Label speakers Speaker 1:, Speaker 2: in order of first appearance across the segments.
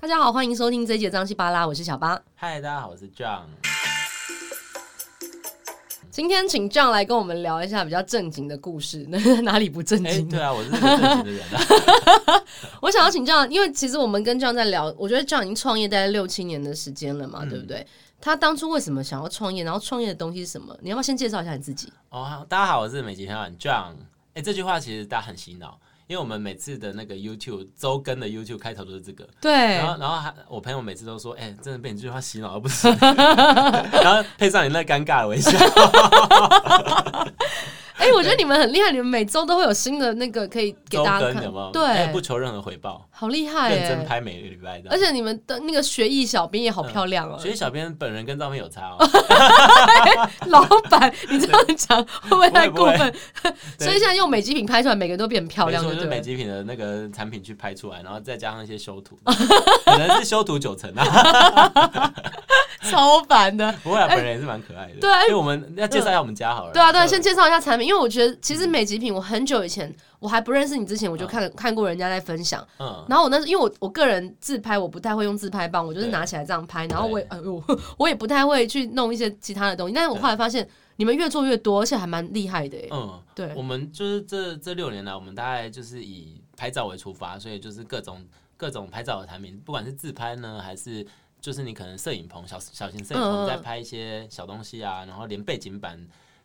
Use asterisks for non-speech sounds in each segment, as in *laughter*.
Speaker 1: 大家好，欢迎收听这一节张西巴拉，我是小巴。
Speaker 2: 嗨，大家好，我是
Speaker 1: *laughs*
Speaker 2: John。
Speaker 1: 今天请 John 来跟我们聊一下比较正经的故事， *laughs* 那哪里不正
Speaker 2: 哎、
Speaker 1: 经
Speaker 2: 对
Speaker 1: 呢？
Speaker 2: 啊，我是这个正经的人啊。 *laughs*
Speaker 1: 我想要请 John，因为其实我们跟 John 在聊，我觉得 John 已经创业大概六七年的时间了嘛，
Speaker 2: 嗯
Speaker 1: 对不对？他当初为什么想要创业，然后创业的东西是什么？你要不要先介绍一下你自己？
Speaker 2: 哦，大家好，我是美籍台湾 John。哎、这句话其实大家很洗脑，因为我们每次的那个 YouTube 周更的 YouTube 开头都是这个。
Speaker 1: 对
Speaker 2: 然后，然后还我朋友每次都说，哎、真的被你这句话洗脑到
Speaker 1: *laughs*
Speaker 2: 不行。然后配上你那尴尬的微笑，
Speaker 1: 哎、我觉得你们很厉害，你们每周都会有新的那个可以 *laughs* 给
Speaker 2: 周
Speaker 1: 大家
Speaker 2: 更
Speaker 1: 看
Speaker 2: 有没有？，
Speaker 1: 对，
Speaker 2: 哎不求任何回报，
Speaker 1: 好厉害
Speaker 2: 认
Speaker 1: 哎、
Speaker 2: 真拍每个礼拜的。嗯
Speaker 1: 而且你们的那个学艺小编也好漂亮哦、
Speaker 2: 所以小编本人跟照片有差哦。
Speaker 1: *laughs* 老板，你这样讲会不会太过分？
Speaker 2: 对
Speaker 1: *laughs* 所以现在用美肌品拍出来，每个都变漂亮
Speaker 2: 没
Speaker 1: 就
Speaker 2: 错，就
Speaker 1: 对
Speaker 2: 是
Speaker 1: 了
Speaker 2: 美极品的那个产品去拍出来，然后再加上一些修图， *laughs* 可能是修图九成啊。
Speaker 1: 超烦的。
Speaker 2: 不会啊，本人也是蛮可爱的。
Speaker 1: 哎对哎
Speaker 2: 因为我们要介绍一下我们家好了。嗯
Speaker 1: 对啊，对啊，先介绍一下产品，因为我觉得其实美极品，我很久以前我还不认识你之前，
Speaker 2: 啊
Speaker 1: 我就看、看过人家在分享。
Speaker 2: 嗯，
Speaker 1: 然后我那时因为我我个人自拍，我不太会用自拍棒，我就是拿起来这样拍。然后我也哎 *laughs* 呦，我也不太会去弄一些其他的东西。但是我后来发现，你们越做越多，而且还蛮厉害的耶。
Speaker 2: 嗯，
Speaker 1: 对
Speaker 2: 我们就是这这六年来，我们大概就是以拍照为出发，所以就是各种各种拍照的产品，不管是自拍呢，还是就是你可能摄影棚小小型摄
Speaker 1: 嗯
Speaker 2: 影
Speaker 1: 嗯
Speaker 2: 棚
Speaker 1: 嗯
Speaker 2: 在拍一些小东西啊，然后连背景板、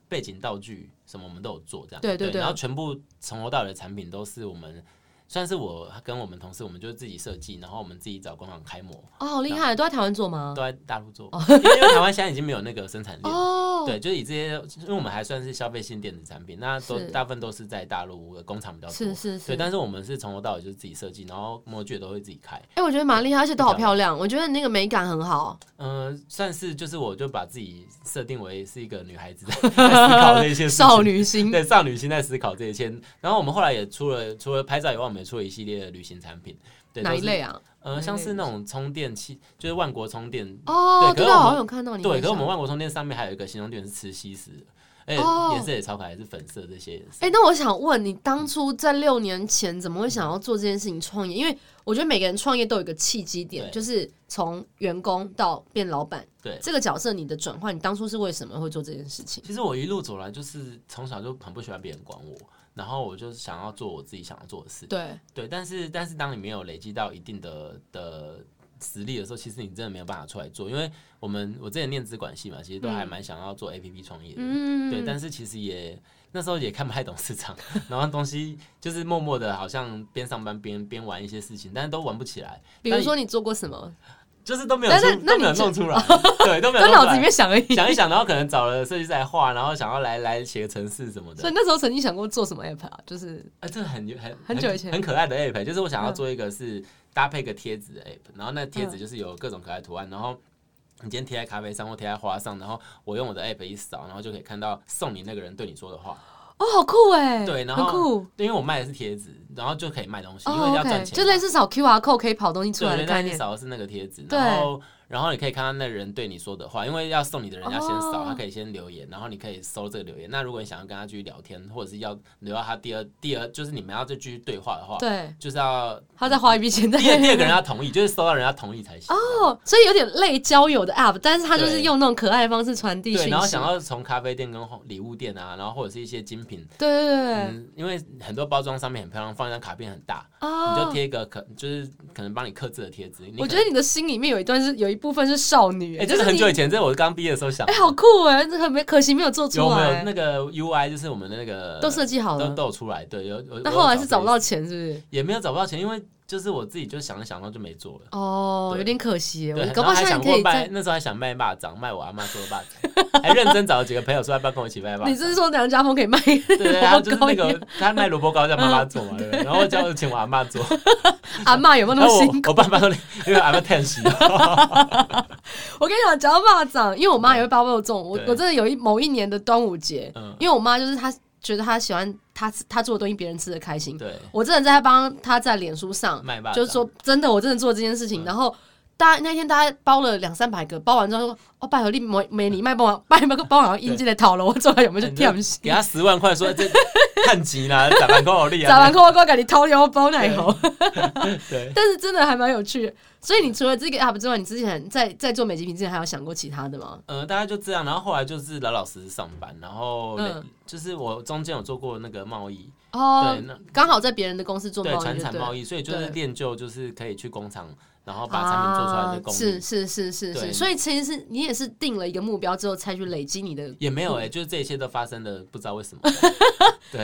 Speaker 2: 背景道具什么我们都有做这样。
Speaker 1: 对对对
Speaker 2: 然后全部从头到尾的产品都是我们。算是我跟我们同事，我们就是自己设计，然后我们自己找官网开模，
Speaker 1: 哦，好厉害，都在台湾做吗？
Speaker 2: 都在大陆做。因为因为台湾现在已经没有那个生产链，
Speaker 1: 哦，
Speaker 2: 对，就是以这些，因为我们还算是消费性电子产品，那都
Speaker 1: 是
Speaker 2: 大部分都是在大陆的工厂比较多。
Speaker 1: 是是
Speaker 2: 对，
Speaker 1: 是。
Speaker 2: 但是我们是从头到尾就是自己设计，然后模具也都会自己开。
Speaker 1: 哎、我觉得蛮厉害，而且都好漂亮。我觉得你那个美感很好，
Speaker 2: 嗯、算是就是我就把自己设定为是一个女孩子在思考这些事情
Speaker 1: 少，女心。
Speaker 2: 对少女心在思考这一些。然后我们后来也出了除了拍照以外，我们也出了一系列的旅行产品，对，
Speaker 1: 哪
Speaker 2: 都
Speaker 1: 一
Speaker 2: 是？
Speaker 1: 类啊？哪
Speaker 2: 呃，
Speaker 1: 一
Speaker 2: 像
Speaker 1: 类
Speaker 2: 是那种充电器，就是万国充电
Speaker 1: 哦，
Speaker 2: 对可是
Speaker 1: 对啊，
Speaker 2: 我们
Speaker 1: 好像有看到你分享。
Speaker 2: 对，可是我们万国充电上面还有一个行动电源是磁吸式的，而
Speaker 1: 哦
Speaker 2: 且哎颜色也超可爱，是粉色这些颜色。
Speaker 1: 哎、那我想问你，当初在六年前怎么会想要做这件事情创业？因为我觉得每个人创业都有一个契机点，
Speaker 2: 对
Speaker 1: 就是从员工到变老板，
Speaker 2: 对
Speaker 1: 这个角色你的转换，你当初是为什么会做这件事情？
Speaker 2: 其实我一路走来，就是从小就很不喜欢别人管我，然后我就是想要做我自己想要做的事。
Speaker 1: 对，
Speaker 2: 对，但是但是当你没有累积到一定的的实力的时候，其实你真的没有办法出来做。因为我们我之前念资管系嘛，其实都还蛮想要做 APP 创业的。
Speaker 1: 嗯，
Speaker 2: 对，但是其实也那时候也看不太懂市场， *laughs* 然后东西就是默默的，好像边上班边边玩一些事情，但是都玩不起来，
Speaker 1: 比如说你做过什么？
Speaker 2: 就是都没有
Speaker 1: 但
Speaker 2: 出
Speaker 1: 是，那
Speaker 2: 都没有
Speaker 1: 你
Speaker 2: 弄
Speaker 1: 就
Speaker 2: 出
Speaker 1: *laughs*
Speaker 2: 来，对，啊都没有
Speaker 1: 在
Speaker 2: 弄出
Speaker 1: 脑子里
Speaker 2: 来。
Speaker 1: 面想而已。
Speaker 2: *laughs* 想一想，然后可能找了设计师来画，然后想要来来写个程式什么的
Speaker 1: 所以。那时候曾经想过做什么 app 啊？就是
Speaker 2: 啊，这个很很
Speaker 1: 很久以前嗯
Speaker 2: 很可爱的 app，就是我想要做一个是搭配一个贴纸的 app，然后那贴纸就是有各种可爱图案，然后你今天贴在咖啡上或贴在花上，然后我用我的 app 一扫，然后就可以看到送你那个人对你说的话。
Speaker 1: 哦，好酷哎、
Speaker 2: 对然
Speaker 1: 很
Speaker 2: 后
Speaker 1: 酷。
Speaker 2: 对，因为我卖的是贴纸，然后就可以卖东西，因为
Speaker 1: 哦
Speaker 2: 要
Speaker 1: ，OK，
Speaker 2: 赚
Speaker 1: 就
Speaker 2: 钱
Speaker 1: 类
Speaker 2: 嘛。
Speaker 1: 似扫 QR code 可以跑东西出来
Speaker 2: 对
Speaker 1: 的
Speaker 2: 对，
Speaker 1: 概
Speaker 2: 但是
Speaker 1: 念
Speaker 2: 你。扫的是那个贴纸，
Speaker 1: 对
Speaker 2: 然后然后你可以看到那个人对你说的话，因为要送你的人要先
Speaker 1: 哦
Speaker 2: 扫，他可以先留言，然后你可以搜这个留言。那如果你想要跟他继续聊天，或者是要留到他第二第二，就是你们要再继续对话的话，
Speaker 1: 对，
Speaker 2: 就是要
Speaker 1: 他再花一笔钱在
Speaker 2: 第二第二个人要同意，就是收到人要同意才行。
Speaker 1: 哦，所以有点类交友的 app，但是他就是
Speaker 2: 对
Speaker 1: 用那种可爱的方式传递讯
Speaker 2: 对，
Speaker 1: 息。
Speaker 2: 然后想要从咖啡店跟礼物店啊，然后或者是一些精品，
Speaker 1: 对对对对
Speaker 2: 嗯，因为很多包装上面很漂亮，放一张卡片很大，
Speaker 1: 啊！
Speaker 2: 你就贴一个可就是可能帮你刻制的贴纸。你可
Speaker 1: 我觉得你的心里面有一段是有一部分是少女、欸
Speaker 2: 哎，这
Speaker 1: 就是
Speaker 2: 是很
Speaker 1: 你
Speaker 2: 久以前，这是我刚毕业的时候想
Speaker 1: 哎、，好酷哎、这很没可惜没有做出
Speaker 2: 有没
Speaker 1: 来，
Speaker 2: 有那个 UI 就是我们的那个
Speaker 1: 都设计好
Speaker 2: 都
Speaker 1: 了。
Speaker 2: 都有出来，对，有有。
Speaker 1: 那
Speaker 2: 我有
Speaker 1: 后来是找不
Speaker 2: 这
Speaker 1: 到
Speaker 2: 些，
Speaker 1: 钱，是不是？
Speaker 2: 也没有找不到钱，因为就是我自己就想了想，然后就没做了。
Speaker 1: 哦，
Speaker 2: 对
Speaker 1: 有点可惜、
Speaker 2: 对
Speaker 1: 我，搞不好
Speaker 2: 然后还
Speaker 1: 现在
Speaker 2: 想
Speaker 1: 你可
Speaker 2: 过
Speaker 1: 以
Speaker 2: 卖，
Speaker 1: 在，
Speaker 2: 那时候还想卖蚂蚱，卖我阿妈做的蚂
Speaker 1: *laughs*
Speaker 2: 蚱，还认真找了几个朋友说要不要跟我一起卖蚂蚱。
Speaker 1: 你是说梁家峰可以卖
Speaker 2: 对对，他就是
Speaker 1: 萝卜糕
Speaker 2: 那
Speaker 1: 一样？
Speaker 2: 个他卖萝卜糕叫妈妈做嘛，对不对？然后叫请我阿
Speaker 1: *laughs*
Speaker 2: 妈做，
Speaker 1: 阿妈有没有那
Speaker 2: 然
Speaker 1: 么
Speaker 2: 后我
Speaker 1: 辛苦？
Speaker 2: 我爸爸都因为阿妈
Speaker 1: *laughs*
Speaker 2: 叹息，
Speaker 1: 我跟你讲，讲到蚂蚱，因为我妈也会包肉粽，我
Speaker 2: 对
Speaker 1: 我真的有一某一年的端午节，
Speaker 2: 嗯，
Speaker 1: 因为我妈就是她觉得她喜欢她吃她做的东西别人吃的开心，
Speaker 2: 对，
Speaker 1: 我真的在帮她在脸书上，
Speaker 2: 卖爸
Speaker 1: 就是说真的我真的做这件事情，
Speaker 2: 嗯
Speaker 1: 然后。大家那天大家包了两三百个，包完之后说：“哦，拜托你
Speaker 2: *laughs*
Speaker 1: 每每你卖包完，卖那个包完要印进来讨了，我做还有没有去
Speaker 2: 对
Speaker 1: 点心
Speaker 2: 给他十万块，说这看急啦， *laughs* 打完够
Speaker 1: *laughs*
Speaker 2: 厉害，
Speaker 1: 砸完扣扣给你掏腰包奶猴，
Speaker 2: 对，
Speaker 1: 但是真的还蛮有趣的。所以你除了这个 app 之外，你之前在在做美极品之前，还有想过其他的吗？
Speaker 2: 呃，大概就这样，然后后来就是老老实实上班，然后、
Speaker 1: 嗯
Speaker 2: 就是我中间有做过那个贸易，
Speaker 1: 哦
Speaker 2: 对，，那
Speaker 1: 刚好在别人的公司做贸
Speaker 2: 对
Speaker 1: 易就对
Speaker 2: 传
Speaker 1: 了，
Speaker 2: 产贸易，所以就是
Speaker 1: 对
Speaker 2: 练就就是可以去工厂，然后把产品做出来的
Speaker 1: 啊
Speaker 2: 工艺。
Speaker 1: 是是是是
Speaker 2: 对
Speaker 1: 是，所以其实是你也是定了一个目标之后，才去累积你的。 *laughs*
Speaker 2: 也没有哎、就是这些都发生的，不知道为什么。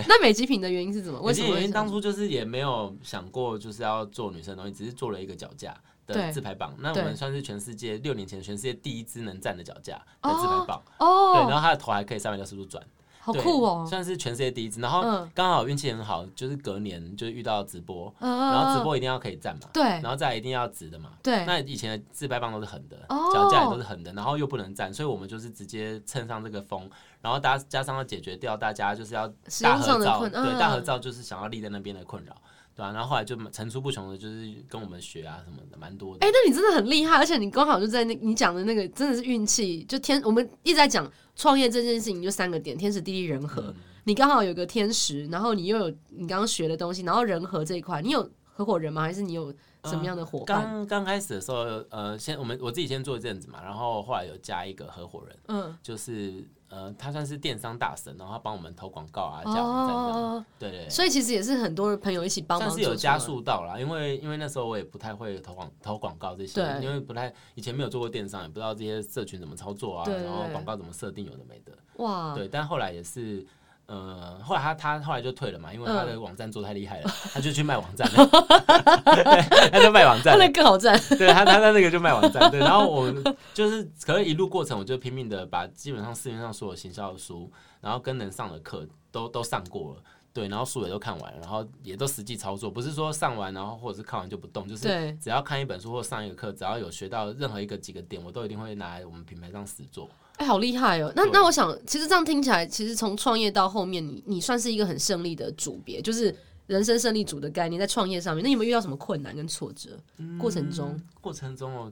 Speaker 1: 那美极品的原因是什么？ *laughs* 为
Speaker 2: 而
Speaker 1: 什
Speaker 2: 且
Speaker 1: 么
Speaker 2: 因
Speaker 1: 会
Speaker 2: 为
Speaker 1: 想？
Speaker 2: 当初就是也没有想过就是要做女生的东西，只是做了一个脚架的
Speaker 1: 对
Speaker 2: 自拍棒。那我
Speaker 1: 对
Speaker 2: 们算是全世界六年前全世界第一支能站的脚架的
Speaker 1: 哦
Speaker 2: 自拍棒。对，然
Speaker 1: 哦，
Speaker 2: 后它的头还可以三百六十度转，
Speaker 1: 好
Speaker 2: 对
Speaker 1: 酷哦！
Speaker 2: 算是全世界第一支。然后
Speaker 1: 嗯
Speaker 2: 刚好运气很好，就是隔年就遇到直播，
Speaker 1: 嗯，
Speaker 2: 然后直
Speaker 1: 嗯嗯
Speaker 2: 播一定要可以站嘛，
Speaker 1: 对
Speaker 2: 然后再来一定要直的嘛。
Speaker 1: 对，
Speaker 2: 那以前的自拍棒都是横的，
Speaker 1: 哦
Speaker 2: 脚架也都是横的，然后又不能站，所以我们就是直接蹭上这个风，然后搭加上要解决掉大家就是要
Speaker 1: 使
Speaker 2: 大
Speaker 1: 用
Speaker 2: 合
Speaker 1: 上的
Speaker 2: 照，
Speaker 1: 困
Speaker 2: 对大合
Speaker 1: 嗯
Speaker 2: 照就是想要立在那边的困扰，对啊吧、然后后来就层出不穷的，就是跟我们学啊什么的，蛮多的。
Speaker 1: 哎、那你真的很厉害，而且你刚好就在那你讲的那个真的是运气，就天我们一直在讲创业这件事情，就三个点：天时、地利、人和。
Speaker 2: 嗯
Speaker 1: 你刚好有个天时，然后你又有你刚刚学的东西，然后人和这一块，你有合伙人吗？还是你有什么样的伙伴？
Speaker 2: 刚刚开始的时候，呃，先我们我自己先做一阵子嘛，然后后来有加一个合伙人，
Speaker 1: 嗯，
Speaker 2: 就是呃，他算是电商大神，然后他帮我们投广告啊，加网站这样，
Speaker 1: 嗯哦，
Speaker 2: 对对对。
Speaker 1: 所以其实也是很多朋友一起帮忙做
Speaker 2: 算是
Speaker 1: 出来，
Speaker 2: 有加速到啦，因为因为那时候我也不太会投广投广告这些，
Speaker 1: 对
Speaker 2: 因为不太以前没有做过电商，也不知道这些社群怎么操作啊，
Speaker 1: 对对
Speaker 2: 然后
Speaker 1: 对嗯
Speaker 2: 广告怎么设定，有的没的。
Speaker 1: 哇！
Speaker 2: 对，但后来也是，呃，后来他他后来就退了嘛，因为他
Speaker 1: 嗯
Speaker 2: 的网站做太厉害了，他就去卖网站了， *laughs* 对，他就卖网
Speaker 1: 他
Speaker 2: 站了
Speaker 1: 那，更好赞，
Speaker 2: *laughs* 对他他他那个就卖网站，对，然后我们就是可能一路过程，我就拼命的把基本上市面上所有行销的书，然后跟能上的课都都上过了。对，然后书也都看完了，然后也都实际操作，不是说上完然后或者是看完就不动，就是
Speaker 1: 对，
Speaker 2: 只要看一本书或上一个课，只要有学到任何一个几个点，我都一定会拿来我们品牌上实做。
Speaker 1: 哎、好厉害哦！那
Speaker 2: 对
Speaker 1: 那我想，其实这样听起来，其实从创业到后面，你你算是一个很胜利的组别，就是人生胜利组的概念，在创业上面，那你有没有遇到什么困难跟挫折？过程中，
Speaker 2: 过程中哦，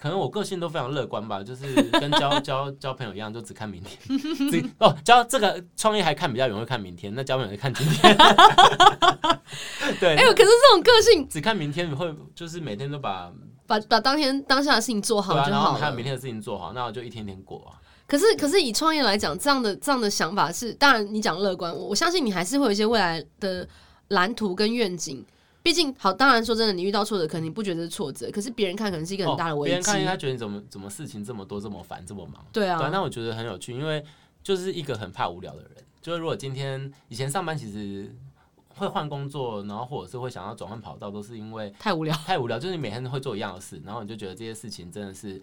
Speaker 2: 可能我个性都非常乐观吧，就是 *laughs* 跟交交交朋友一样，就只看明天。 *laughs* 只哦，交这个创业还看比较远，会看明天；那交朋友就看今天。 *laughs* 对，
Speaker 1: 哎、呦，可是这种个性，
Speaker 2: 只看明天会就是每天都把
Speaker 1: 把把当天当下的事情做好
Speaker 2: 对啊，
Speaker 1: 就
Speaker 2: 然后
Speaker 1: 好
Speaker 2: 还有
Speaker 1: 了。
Speaker 2: 明天的事情做好，那我就一天天过啊。
Speaker 1: 可是可是以创业来讲，这样的这样的想法是，当然你讲乐观，我我相信你还是会有一些未来的蓝图跟愿景。毕竟，好，当然说真的，你遇到挫折，可能你不觉得是挫折，可是别人看可能是一个很大的
Speaker 2: 哦
Speaker 1: 危
Speaker 2: 别、人
Speaker 1: 机。
Speaker 2: 看他觉得你怎么怎么事情这么多，这么烦，这么忙。
Speaker 1: 对
Speaker 2: 对啊，
Speaker 1: 啊，
Speaker 2: 那我觉得很有趣，因为就是一个很怕无聊的人。就是如果今天以前上班其实会换工作，然后或者是会想要转换跑道，都是因为
Speaker 1: 太无聊。
Speaker 2: 太无聊，就是你每天都会做一样的事，然后你就觉得这些事情真的是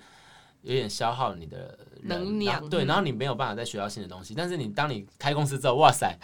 Speaker 2: 有点消耗你的人
Speaker 1: 能量
Speaker 2: 然后对，
Speaker 1: 嗯
Speaker 2: 然后你没有办法再学到新的东西。但是你当你开公司之后，哇塞，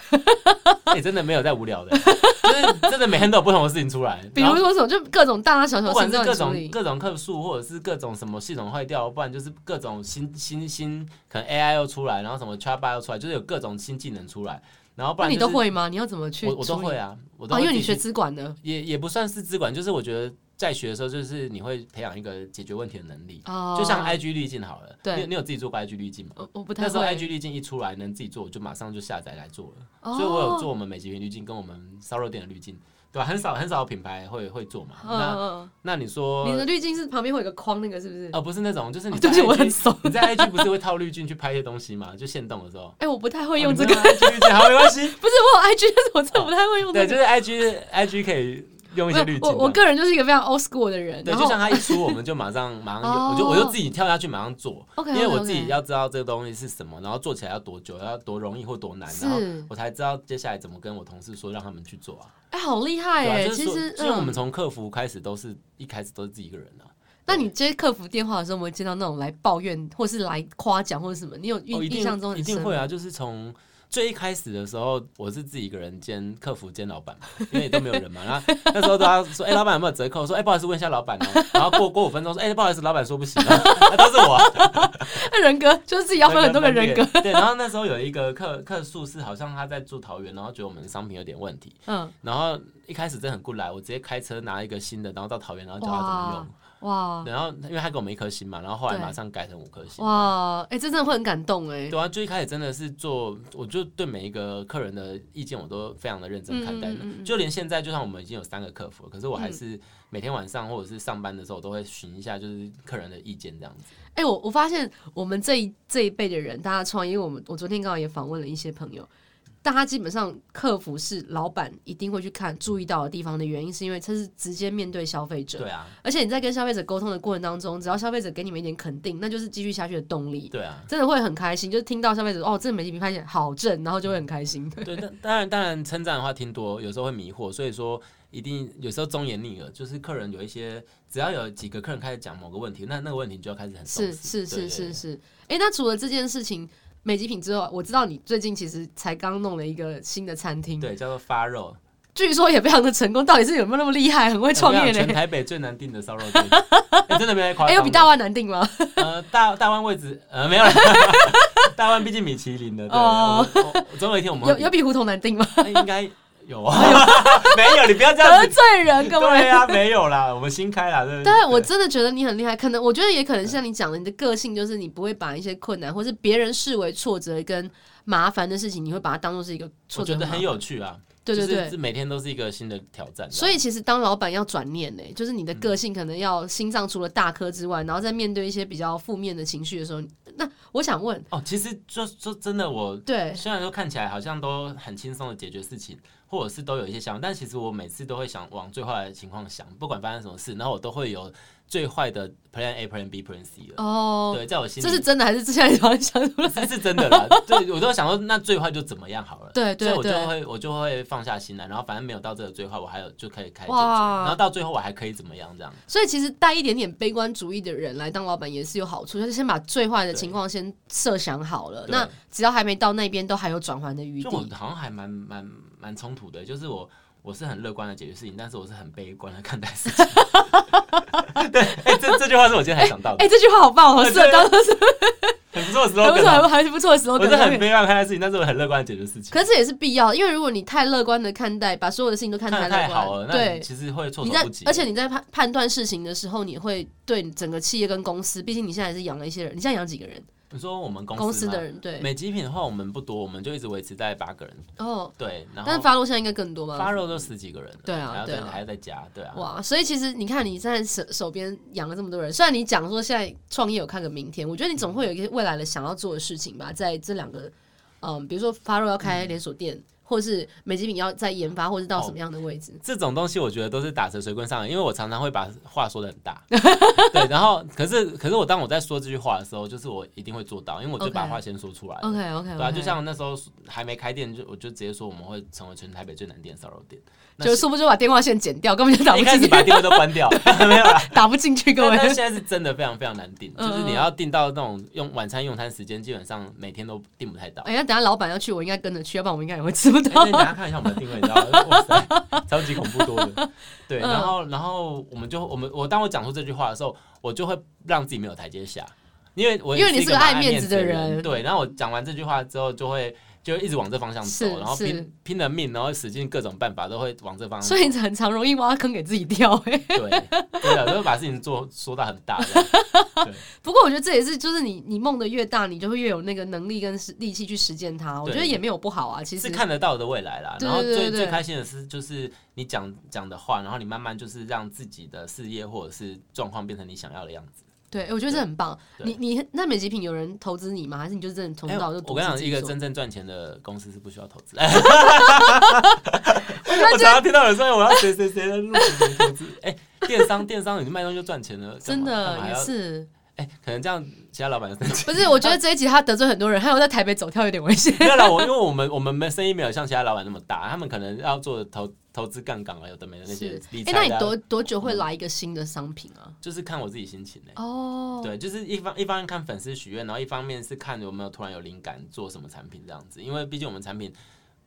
Speaker 2: 你、真的没有在无聊的，就是真的每天都有不同的事情出来。
Speaker 1: 比
Speaker 2: 然
Speaker 1: 如
Speaker 2: 后
Speaker 1: 说什么，就各种大大小小
Speaker 2: 不
Speaker 1: 事情
Speaker 2: 管是
Speaker 1: 都
Speaker 2: 各
Speaker 1: 要处
Speaker 2: 种
Speaker 1: 理。
Speaker 2: 各种客诉，或者是各种什么系统坏掉，不然就是各种新新新，可能 AI 又出来，然后什么 Chatbot 又出来，就是有各种新技能出来，然后不
Speaker 1: 那
Speaker 2: 然、
Speaker 1: 你
Speaker 2: 就是、
Speaker 1: 都会吗？你要怎么去？
Speaker 2: 我我都会。啊，我都
Speaker 1: 啊，
Speaker 2: 会
Speaker 1: 因为你
Speaker 2: 自己
Speaker 1: 学资管的
Speaker 2: 也也不算是资管，就是我觉得在学的时候，就是你会培养一个解决问题的能力。
Speaker 1: 哦，
Speaker 2: 就像 IG 滤镜好了，
Speaker 1: 对
Speaker 2: 你有你有自己做过 IG 滤镜吗？
Speaker 1: 我我不
Speaker 2: 那
Speaker 1: 太
Speaker 2: 时候
Speaker 1: 会
Speaker 2: IG 滤镜一出来，能自己做，我就马上就下载来做了。
Speaker 1: 哦
Speaker 2: 所以我有做我们美极云滤镜跟我们烧肉店的滤镜，对吧、很少很少有品牌会会做嘛。
Speaker 1: 嗯嗯
Speaker 2: 那那你
Speaker 1: 嗯，
Speaker 2: 说
Speaker 1: 你，的滤镜是旁边会有个框，那个是不是？
Speaker 2: 呃，不是那种，就是你
Speaker 1: 哦
Speaker 2: 在
Speaker 1: 对不起，我
Speaker 2: IG
Speaker 1: 很怂。
Speaker 2: 你在 IG 不是会套滤镜去拍一些东西嘛？就现动的时候，
Speaker 1: 哎，我不太会
Speaker 2: 哦
Speaker 1: 用
Speaker 2: 你
Speaker 1: 这
Speaker 2: 没
Speaker 1: 个，
Speaker 2: 有 IG 滤镜，好没关系。
Speaker 1: 不是我有 IG，但是我真的不太会用
Speaker 2: 哦对，
Speaker 1: 这
Speaker 2: 就
Speaker 1: 个。
Speaker 2: 是 IG IG 可以用一些滤镜
Speaker 1: 我
Speaker 2: 这样。
Speaker 1: 我个人就是一个非常 old school 的人，
Speaker 2: 对，
Speaker 1: 然
Speaker 2: 就
Speaker 1: 后
Speaker 2: 像他一出，我们就马上马上有，
Speaker 1: 哦
Speaker 2: 我就我就自己跳下去马上做，
Speaker 1: OK，
Speaker 2: 因为我自己要知道这个东西是什么，然后做起来要多久，要多容易或多难，然后
Speaker 1: 是
Speaker 2: 我才知道接下来怎么跟我同事说让他们去做啊。
Speaker 1: 哎，好厉害
Speaker 2: 对啊，
Speaker 1: 哎！
Speaker 2: 就是
Speaker 1: 其
Speaker 2: 说
Speaker 1: 实，
Speaker 2: 因为我们
Speaker 1: 嗯
Speaker 2: 从客服开始都是一开始都是自己一个人啊，
Speaker 1: 那你接客服电话的时候，有没有接到那种来抱怨或是来夸奖或者什么？你有
Speaker 2: 哦一
Speaker 1: 印
Speaker 2: 定
Speaker 1: 印象中
Speaker 2: 一
Speaker 1: 很
Speaker 2: 定
Speaker 1: 深
Speaker 2: 会啊，就是从。最一开始的时候，我是自己一个人兼客服兼老板嘛，因为都没有人嘛。然
Speaker 1: *laughs*
Speaker 2: 后那时候都要说，哎、老板有没有折扣？说，哎、不好意思，问一下老板哦、然后过过五分钟说，哎、不好意思，老板说不行、啊， *laughs* 都是我啊、
Speaker 1: 那人格就是自己要分很多个人格，
Speaker 2: 格。对，然后那时候有一个客客诉是好像他在住桃园，然后觉得我们的商品有点问题，
Speaker 1: 嗯，
Speaker 2: 然后一开始真的很过来，我直接开车拿一个新的，然后到桃园，然后教他怎么
Speaker 1: 哇
Speaker 2: 用。
Speaker 1: 哇
Speaker 2: 然后因为他给我们一颗星嘛，然后后来马上改成五颗星。
Speaker 1: 哇，哎、这真的会很感动哎、
Speaker 2: 对啊，最一开始真的是做，我就对每一个客人的意见我都非常的认真看待。
Speaker 1: 嗯嗯嗯嗯
Speaker 2: 就连现在，就算我们已经有三个客服了，可是我还是每天晚上或者是上班的时候，我都会询一下就是客人的意见这样子。
Speaker 1: 哎、我我发现我们这一这一辈的人，大家创业，因为我们我昨天刚好也访问了一些朋友，大家基本上客服是老板一定会去看注意到的地方的原因，是因为他是直接面对消费者，
Speaker 2: 对啊，
Speaker 1: 而且你在跟消费者沟通的过程当中，只要消费者给你们一点肯定，那就是继续下去的动力。
Speaker 2: 对啊。
Speaker 1: 真的会很开心，就是听到消费者说哦，这美其名发现好正，然后就会很开心。
Speaker 2: *laughs* 对，但当然，当然，称赞的话听多，有时候会迷惑，所以说一定有时候忠言逆耳，就是客人有一些，只要有几个客人开始讲某个问题，那那个问题你就要开始很重
Speaker 1: 是
Speaker 2: 视
Speaker 1: 是是
Speaker 2: 对
Speaker 1: 是是。哎、那除了这件事情美极品之后，我知道你最近其实才刚弄了一个新的餐厅，
Speaker 2: 对，对叫做发肉，
Speaker 1: 据说也非常的成功。到底是有没有那么厉害，很 *laughs* 会创业
Speaker 2: 我跟你呃讲全
Speaker 1: 呢？
Speaker 2: 台北最难订的烧肉店， *laughs* 欸真的没在夸
Speaker 1: 哎、
Speaker 2: 张。
Speaker 1: 有比大湾难定吗？
Speaker 2: 呃大大湾位置呃没有了， *laughs* 大湾毕竟米其林的，对，
Speaker 1: 哦
Speaker 2: 我们我总有一天我们
Speaker 1: 有有比胡同难
Speaker 2: *laughs*
Speaker 1: 定吗？
Speaker 2: 哎应该有啊， *laughs* 没有你不要这样
Speaker 1: 得 *laughs*
Speaker 2: 子，
Speaker 1: 罪人，各位。
Speaker 2: 对啊，没有啦，我们新开啦，对不对？
Speaker 1: 但我真的觉得你很厉害，可能我觉得也可能像你讲的，你的个性就是你不会把一些困难或是别人视为挫折跟麻烦的事情，你会把它当做是一个
Speaker 2: 我
Speaker 1: 挫折麻
Speaker 2: 觉得
Speaker 1: 烦。
Speaker 2: 很有趣啊，
Speaker 1: 对对
Speaker 2: 就是
Speaker 1: 对
Speaker 2: 这，每天都是一个新的啊嗯挑战，
Speaker 1: 所以其实当老板要转念呢、就是你的个性可能要心脏除了大颗之外，然后在面对一些比较负面的情绪的时候，那我想问，
Speaker 2: 哦，其实就说真的，我
Speaker 1: 对，
Speaker 2: 虽然说看起来好像都很轻松的解决事情，或者是都有一些想法，但其实我每次都会想往最坏的情况想，不管发生什么事，然后我都会有最坏的 Plan A、Plan B、Plan C 了。
Speaker 1: 哦，
Speaker 2: 对，在我心里
Speaker 1: 这是真的还是之前想想
Speaker 2: *laughs*
Speaker 1: 出来？
Speaker 2: 这是真的啦，对我都想说，那最坏就怎么样好了。
Speaker 1: 对对
Speaker 2: 所以我
Speaker 1: 对
Speaker 2: 就会我就会放下心来，然后反正没有到这个最坏，我还有就可以开始解决，
Speaker 1: 哇
Speaker 2: 然后到最后我还可以怎么样这样？
Speaker 1: 所以其实带一点点悲观主义的人来当老板也是有好处，就是先把最坏的情况先设想好了，
Speaker 2: 对
Speaker 1: 那只要还没到那边，都还有转圜的余
Speaker 2: 就我
Speaker 1: 地。
Speaker 2: 好像还蛮蛮蛮冲突的，就是我我是很乐观的解决事情，但是我是很悲观的看待事情。 *laughs* 对，哎、这这句话是我今天才想到的，
Speaker 1: 哎、这句话好棒，好适合当
Speaker 2: 很不错的
Speaker 1: 还不
Speaker 2: slogan
Speaker 1: 错，
Speaker 2: 啊。
Speaker 1: 还不错的时候，
Speaker 2: 我是很悲观地看待事情，但是我很乐观的解决事情
Speaker 1: 可。是这也是必要的，因为如果你太乐观的看待，把所有的事情都看
Speaker 2: 看得
Speaker 1: 太
Speaker 2: 太
Speaker 1: 乐
Speaker 2: 好了，
Speaker 1: 观，
Speaker 2: 那你
Speaker 1: 对，
Speaker 2: 其实会措
Speaker 1: 你
Speaker 2: 手
Speaker 1: 在
Speaker 2: 不及。
Speaker 1: 而且你在判判断事情的时候，你会对你整个企业跟公司，毕竟你现在也是养了一些人，你现在养几个人？
Speaker 2: 你说我们公
Speaker 1: 公
Speaker 2: 司
Speaker 1: 司
Speaker 2: 嘛
Speaker 1: 的人对，
Speaker 2: 美极品的话，我们不多，我们就一直维持在八个人。
Speaker 1: 哦，
Speaker 2: 对，然后
Speaker 1: 但是发落现在应该更多吧？
Speaker 2: 发肉都十几个人了，
Speaker 1: 对啊
Speaker 2: 还要
Speaker 1: 对
Speaker 2: 再
Speaker 1: 啊
Speaker 2: 还要再加，对啊，
Speaker 1: 哇，所以其实你看，你现在手手边养了这么多人，虽然你讲说现在创业有看个明天，我觉得你总会有一些未来的想要做的事情吧。在这两个，嗯，比如说发肉要开连锁店，
Speaker 2: 嗯
Speaker 1: 或是美极品要再研发，或是到
Speaker 2: 哦
Speaker 1: 什么样的位置？
Speaker 2: 这种东西我觉得都是打蛇随棍上的，因为我常常会把话说的很
Speaker 1: *laughs*
Speaker 2: 大，对，然后可是可是我当我在说这句话的时候，就是我一定会做到，因为我就
Speaker 1: OK
Speaker 2: 把话先说出来了
Speaker 1: OK OK，, o
Speaker 2: 对啊，就像那时候还没开店，就我就直接说我们会成为全台北最难订的
Speaker 1: *laughs*
Speaker 2: 烧肉店， *laughs* 那
Speaker 1: 就殊不知把电话线剪掉，根本就打
Speaker 2: 一
Speaker 1: 不
Speaker 2: 开始
Speaker 1: 进
Speaker 2: 把
Speaker 1: 去，
Speaker 2: 店位都关
Speaker 1: *laughs*
Speaker 2: 掉，没有啦，
Speaker 1: 打不进 *laughs* 去，各
Speaker 2: 但但
Speaker 1: 位。
Speaker 2: 现在是真的非常非常难订，
Speaker 1: 嗯
Speaker 2: 就是你要订到那种用晚餐用餐时间，基本上每天都订不太到。
Speaker 1: 哎呀，等下老板要去，我应该跟着去，要不然我应该也会吃不
Speaker 2: 哎那
Speaker 1: 到 *laughs*
Speaker 2: 你。等一下看一下我们的定位，你知道吗？哇塞，超级恐怖多的。对，
Speaker 1: 嗯
Speaker 2: 然后然后我们就我们我当我讲出这句话的时候，我就会让自己没有台阶下，因为我也
Speaker 1: 因为你
Speaker 2: 是一
Speaker 1: 是
Speaker 2: 个
Speaker 1: 个
Speaker 2: 蛮
Speaker 1: 爱
Speaker 2: 爱
Speaker 1: 面
Speaker 2: 面
Speaker 1: 子
Speaker 2: 的
Speaker 1: 的人
Speaker 2: 对，然后我讲完这句话之后，就会就一直往这方向走
Speaker 1: 是，
Speaker 2: 然后
Speaker 1: 是
Speaker 2: 拼拼了命，然后使尽各种办法都会往这方向
Speaker 1: 所以你很常容易挖坑给自己跳、
Speaker 2: *laughs*
Speaker 1: 哎。
Speaker 2: 对，真的都会把事情做说到很大这样。
Speaker 1: 不过我觉得这也是，就是你你梦的越大，你就会越有那个能力跟力气去实践它。我觉得也没有不好啊，其
Speaker 2: 是
Speaker 1: 实
Speaker 2: 看得到的未来啦。
Speaker 1: 对
Speaker 2: 然后
Speaker 1: 对对
Speaker 2: 最
Speaker 1: 对
Speaker 2: 最开心的是，就是你讲讲的话，然后你慢慢就是让自己的事业或者是状况变成你想要的样子。
Speaker 1: 对，哎我觉得这很棒。
Speaker 2: 对哎
Speaker 1: 你你那美极品有人投资你吗？还是你就真的从头到尾就
Speaker 2: 我
Speaker 1: 独
Speaker 2: 跟你
Speaker 1: 自
Speaker 2: 讲，
Speaker 1: 自
Speaker 2: 一
Speaker 1: 己
Speaker 2: 个
Speaker 1: 做？
Speaker 2: 真正赚钱的公司是不需要投资。
Speaker 1: 觉
Speaker 2: 我常常听到有人说哎我要谁谁谁的入股投资，哎，电商电商你卖东西就赚钱了，
Speaker 1: 真
Speaker 2: 干嘛干
Speaker 1: 的
Speaker 2: 嘛还
Speaker 1: 也
Speaker 2: 要
Speaker 1: 是，
Speaker 2: 哎，可能这样其他老板就生气。
Speaker 1: 不是？我觉得这一集他得罪很多人，还有在台北走跳有点危险。
Speaker 2: 没有啦，我因为我们我们没生意没有像其他老板那么大，他们可能要做投投资杠杆啊，有的没的那些
Speaker 1: 是，
Speaker 2: 理
Speaker 1: 哎，
Speaker 2: 财
Speaker 1: 那你
Speaker 2: 的啊，
Speaker 1: 多多久会来一个新的商品啊？
Speaker 2: 就是看我自己心情呢。
Speaker 1: 哦，
Speaker 2: 对，就是一方一方面看粉丝许愿，然后一方面是看有没有突然有灵感做什么产品这样子，因为毕竟我们产品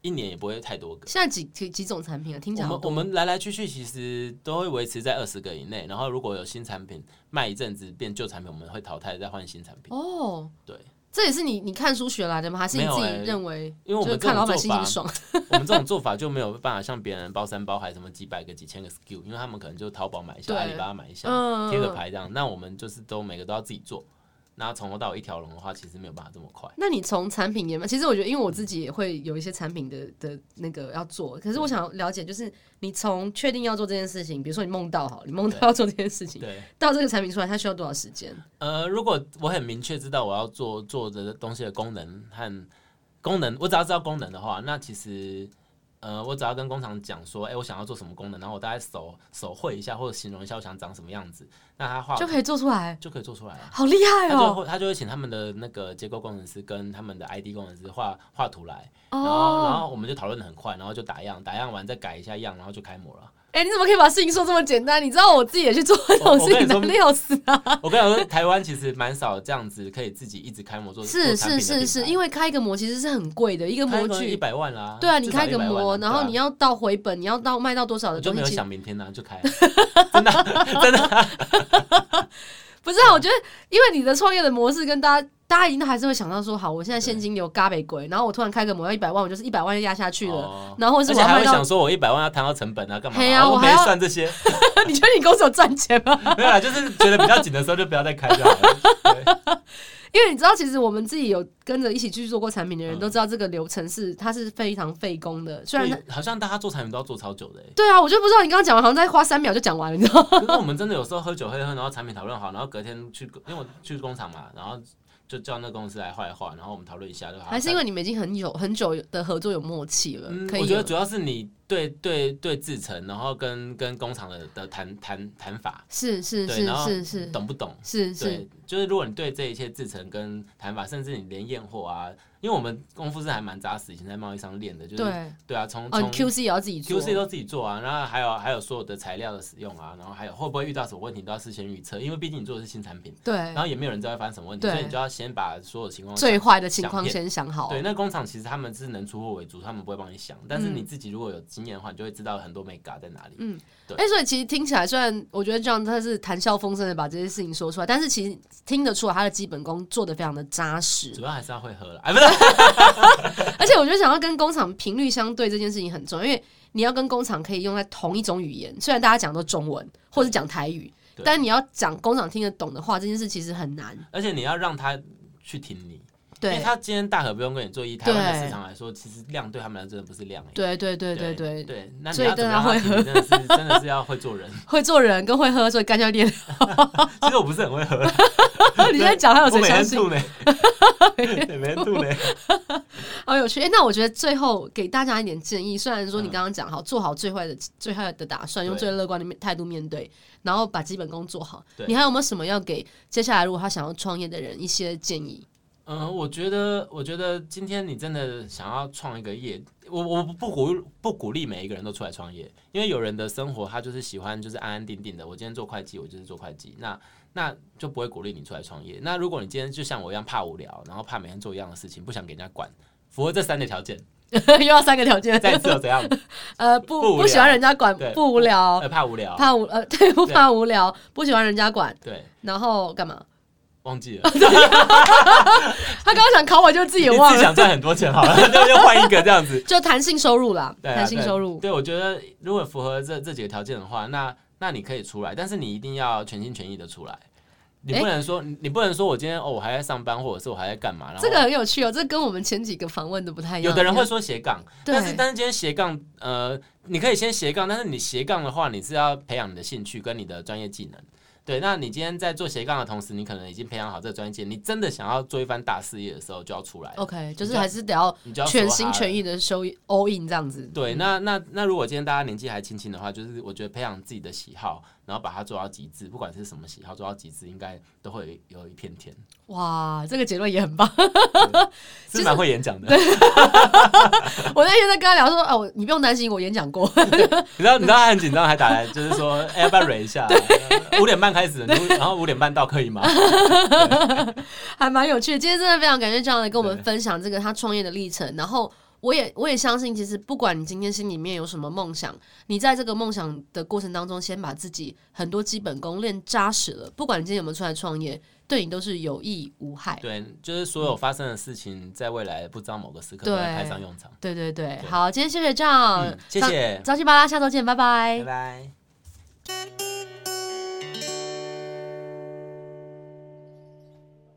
Speaker 2: 一年也不会太多个。
Speaker 1: 现在几几几种产品啊？听起
Speaker 2: 我
Speaker 1: 来
Speaker 2: 们
Speaker 1: 好多
Speaker 2: 我们来来去去其实都会维持在二十个以内，然后如果有新产品卖一阵子变旧产品，我们会淘汰再换新产品。
Speaker 1: 哦，
Speaker 2: 对，
Speaker 1: 这也是你你看书学来的吗？还是你
Speaker 2: 没有
Speaker 1: 自己
Speaker 2: 欸
Speaker 1: 认为？
Speaker 2: 因为我
Speaker 1: 就
Speaker 2: 们
Speaker 1: 是
Speaker 2: 这
Speaker 1: 看
Speaker 2: 种
Speaker 1: 老板
Speaker 2: 做
Speaker 1: 心情
Speaker 2: 法，
Speaker 1: 爽，
Speaker 2: *laughs* 我们这种做法就没有办法像别人包山包海什么几百个、几千个 SKU，因为他们可能就淘宝买一下、
Speaker 1: 对
Speaker 2: 阿里巴巴买一下，
Speaker 1: 嗯
Speaker 2: 贴个。牌这样。那我们就是都每个都要自己做，那从头到尾一条龙的话，其实没有办法这么快。
Speaker 1: 那你从产品研发，其实我觉得，因为我自己也会有一些产品的的那个要做，可是我想了解，就是你从确定要做这件事情，比如说你梦到好，你梦到要做这件事情，
Speaker 2: 对，
Speaker 1: 到这个产品出来，它需要多少时间？
Speaker 2: 呃，如果我很明确知道我要做做的东西的功能和功能，我只要知道功能的话，那其实。呃，我只要跟工厂讲说，哎、我想要做什么功能，然后我大概手手绘一下或者形容一下我想长什么样子，那他画
Speaker 1: 就可以做出来，
Speaker 2: 就可以做出来了。
Speaker 1: 好厉害
Speaker 2: 他啊就
Speaker 1: 哦！
Speaker 2: 会他就会请他们的那个结构工程师跟他们的 ID 工程师画画图来，然后、然
Speaker 1: 哦，
Speaker 2: 后我们就讨论的很快，然后就打样，打样完再改一下样，然后就开模了。
Speaker 1: 哎，你怎么可以把事情说这么简单？你知道我自己也去做这种事
Speaker 2: 哦我
Speaker 1: 情，
Speaker 2: 跟你说
Speaker 1: 难的要死啊！
Speaker 2: 我跟你说，台湾其实蛮少这样子可以自己一直开模做，
Speaker 1: 是是是是，因
Speaker 2: 为
Speaker 1: 为开一个模其实是很贵的，一个模
Speaker 2: 一
Speaker 1: 具，
Speaker 2: 百万啦，
Speaker 1: 对啊，
Speaker 2: 至
Speaker 1: 你
Speaker 2: 少
Speaker 1: 开一个
Speaker 2: 100万
Speaker 1: 模，
Speaker 2: 啊
Speaker 1: 然后你
Speaker 2: 对啊
Speaker 1: 要到回本，你要到卖到多少
Speaker 2: 我
Speaker 1: 的
Speaker 2: 就
Speaker 1: 东
Speaker 2: 没
Speaker 1: 西
Speaker 2: 有
Speaker 1: 其实？
Speaker 2: 想明天啊呢、就开，
Speaker 1: 不是啊，我觉得因为你的创业的模式跟大家。大家一定还是会想到说，好，我现在现金流嘎北鬼，然后我突然开个模要一百万，我就是一百万就压下 *laughs* 去了。
Speaker 2: 哦
Speaker 1: 然后或
Speaker 2: 而
Speaker 1: 者
Speaker 2: 且
Speaker 1: 是我要
Speaker 2: 还
Speaker 1: 卖
Speaker 2: 会
Speaker 1: 到
Speaker 2: 想，说，我一百万要摊到成本啊，干嘛、
Speaker 1: 嘿啊
Speaker 2: 我
Speaker 1: 我还
Speaker 2: 没
Speaker 1: 要
Speaker 2: 算这些， *laughs*
Speaker 1: 你觉得你公司有赚钱吗？
Speaker 2: 没有啦，就是觉得比较紧的时候就不要再开就好了。对
Speaker 1: 因为你知道，其实我们自己有跟着一起去做过产品的人
Speaker 2: 嗯
Speaker 1: 都知道，这个流程是它是非常费工的。 *laughs* 虽然它
Speaker 2: 对好像大家做产品都要做超久的、欸，
Speaker 1: 对啊，我就不知道你刚刚讲完，好像再花三秒就讲完了，你知道吗？
Speaker 2: 可是我们真的有时候喝酒喝一喝，然后产品讨论好，然后隔天去，因为我去工厂嘛，然后就叫那个公司来画一画，然后我们讨论一下就好。
Speaker 1: 还是因为你们已经很久很久的合作有默契了，
Speaker 2: 啊嗯
Speaker 1: 可，以
Speaker 2: 我觉得
Speaker 1: 了。
Speaker 2: 主要是你对对对制成，然后跟跟工厂的的谈谈谈法，
Speaker 1: 是是
Speaker 2: 对，
Speaker 1: 是
Speaker 2: 然后
Speaker 1: 是是
Speaker 2: 懂不懂？
Speaker 1: 是是
Speaker 2: 对，就是如果你对这一切制成跟谈法，甚至你连验货啊，因为我们功夫是还蛮扎实，以前在贸易上练的，就是
Speaker 1: 对，
Speaker 2: 对啊，从
Speaker 1: 哦你
Speaker 2: 从
Speaker 1: ，QC 也要自己做
Speaker 2: QC 都自己做啊，然后还有还有所有的材料的使用啊，然后还有会不会遇到什么问题都要事先预测，因为毕竟你做的是新产品。
Speaker 1: 对
Speaker 2: 然，后也没有人知道会发生什么问题，
Speaker 1: 对
Speaker 2: 所以你就要先把所有情况
Speaker 1: 最
Speaker 2: 想
Speaker 1: 坏的情况
Speaker 2: 想
Speaker 1: 先想好。啊
Speaker 2: 对，那工厂其实他们是能出货为主，他们不会帮你想。但是
Speaker 1: 嗯
Speaker 2: 你自己如果有经验的话，你就会知道很多 mega 在哪里。
Speaker 1: 嗯
Speaker 2: 对
Speaker 1: 哎、所以其实听起来，虽然我觉得 John 他是谈笑风生的把这些事情说出来，但是其实听得出来他的基本功做的非常的扎实
Speaker 2: 主。要还是要会喝了，哎，不是，
Speaker 1: 而且我觉得想要跟工厂频率相对这件事情很重要，因为你要跟工厂可以用在同一种语言，虽然大家讲都中文或者讲台语，
Speaker 2: 对
Speaker 1: 但你要讲工厂听得懂的话，这件事其实很难。
Speaker 2: 而且你要让他去听你，因为
Speaker 1: 对，
Speaker 2: 他今天大可不用跟你做一，台湾的
Speaker 1: 对
Speaker 2: 市场来说，其实量对他们来说真的不是量哎。
Speaker 1: 对，对，对，对，
Speaker 2: 对
Speaker 1: 对，
Speaker 2: 那你
Speaker 1: 所以
Speaker 2: 要怎么
Speaker 1: 大
Speaker 2: 样
Speaker 1: 家会
Speaker 2: 让他听你真的是真的是要会做人。 *laughs*
Speaker 1: 会做人跟会喝，所以干掉练。
Speaker 2: 其实我不是很会喝， *laughs*
Speaker 1: 你现在 *laughs* 讲，还有
Speaker 2: 我
Speaker 1: 谁
Speaker 2: 每
Speaker 1: 相
Speaker 2: 天
Speaker 1: 信？ *laughs*
Speaker 2: 吐呢，对每天吐呢。
Speaker 1: 好有趣。哎，那我觉得最后给大家一点建议，虽然
Speaker 2: 嗯
Speaker 1: 说你刚刚讲好，做好最坏的最坏的打算，用
Speaker 2: 对
Speaker 1: 最乐观的面态度面对，然后把基本功做好。
Speaker 2: 对
Speaker 1: 你还有没有什么要给接下来如果他想要创业的人一些建议？ *laughs*
Speaker 2: 嗯，我觉得，我觉得今天你真的想要创一个业，我我不不鼓不鼓励每一个人都出来创业，因为有人的生活他就是喜欢就是安安定定的。我今天做会计，我就是做会计，那那就不会鼓励你出来创业。那如果你今天就像我一样怕无聊，然后怕每天做一样的事情，不想给人家管，符合这三个条件，
Speaker 1: 又要三个条件，
Speaker 2: 再一次又怎样？
Speaker 1: *laughs* 呃，
Speaker 2: 不
Speaker 1: 不
Speaker 2: 无
Speaker 1: 不喜
Speaker 2: 聊
Speaker 1: 欢人家管
Speaker 2: 对，
Speaker 1: 不无聊，
Speaker 2: 呃，怕无聊，
Speaker 1: 怕无呃， *laughs* 对，不怕无聊，不喜欢人家管，
Speaker 2: 对，
Speaker 1: 然后干嘛？
Speaker 2: 忘记了，
Speaker 1: 他刚刚想考我，就 *laughs* 自己也
Speaker 2: 你
Speaker 1: 忘
Speaker 2: 自己
Speaker 1: 了，
Speaker 2: 想赚很多钱好了， *laughs* 那就换一个这样子。
Speaker 1: 就弹性收入啦，
Speaker 2: 对啊
Speaker 1: 弹性收入。
Speaker 2: 对，我觉得如果符合这这几个条件的话，那那你可以出来，但是你一定要全心全意的出来。你
Speaker 1: 诶
Speaker 2: 不能说，你你不能说我今天哦，我还在上班，或者是我还在干嘛？然后
Speaker 1: 这个很有趣哦，这跟我们前几个访问的不太一样。
Speaker 2: 有的人会说斜杠，
Speaker 1: 对
Speaker 2: 但是但是今天斜杠，呃，你可以先斜杠，但是你斜杠的话，你是要培养你的兴趣跟你的专业技能。对，那你今天在做斜杠的同时，你可能已经培养好这个专业技能，你真的想要做一番大事业的时候，就要出来了，
Speaker 1: OK，就
Speaker 2: 你
Speaker 1: 是
Speaker 2: 就
Speaker 1: 还是得要
Speaker 2: 你就要
Speaker 1: 哦全心
Speaker 2: 说哈
Speaker 1: 全意的收 all in 这样子。嗯
Speaker 2: 对，那那那如果今天大家年纪还轻轻的话，就是我觉得培养自己的喜好，然后把它做到极致，不管是什么喜好，做到极致，应该都会有有一片天，
Speaker 1: 哇，这个结论也很棒。
Speaker 2: 是蛮会演讲的。
Speaker 1: 我那天在跟他聊说，哦，我你不用担心，我演讲过。 *laughs*
Speaker 2: 你知道你知道他很紧张，还打来就是说，哎、要不要蕊一下？五点半开始，你然后五点半到可以吗？
Speaker 1: 还蛮有趣的。今天真的非常感谢这样来跟我们
Speaker 2: 对
Speaker 1: 分享这个他创业的历程，然后我也我也相信，其实不管你今天心里面有什么梦想，你在这个梦想的过程当中，先把自己很多基本功练扎实了，不管你今天有没有出来创业，对你都是有益无害。
Speaker 2: 对，就是所有发生的事情，在未来不知道某个时刻都会
Speaker 1: 对
Speaker 2: 派上用场。
Speaker 1: 对对对，嗯
Speaker 2: 对
Speaker 1: 好，今天谢谢 John，
Speaker 2: 嗯，谢谢，
Speaker 1: 早起巴拉，下周见，拜拜
Speaker 2: 拜拜。
Speaker 3: you.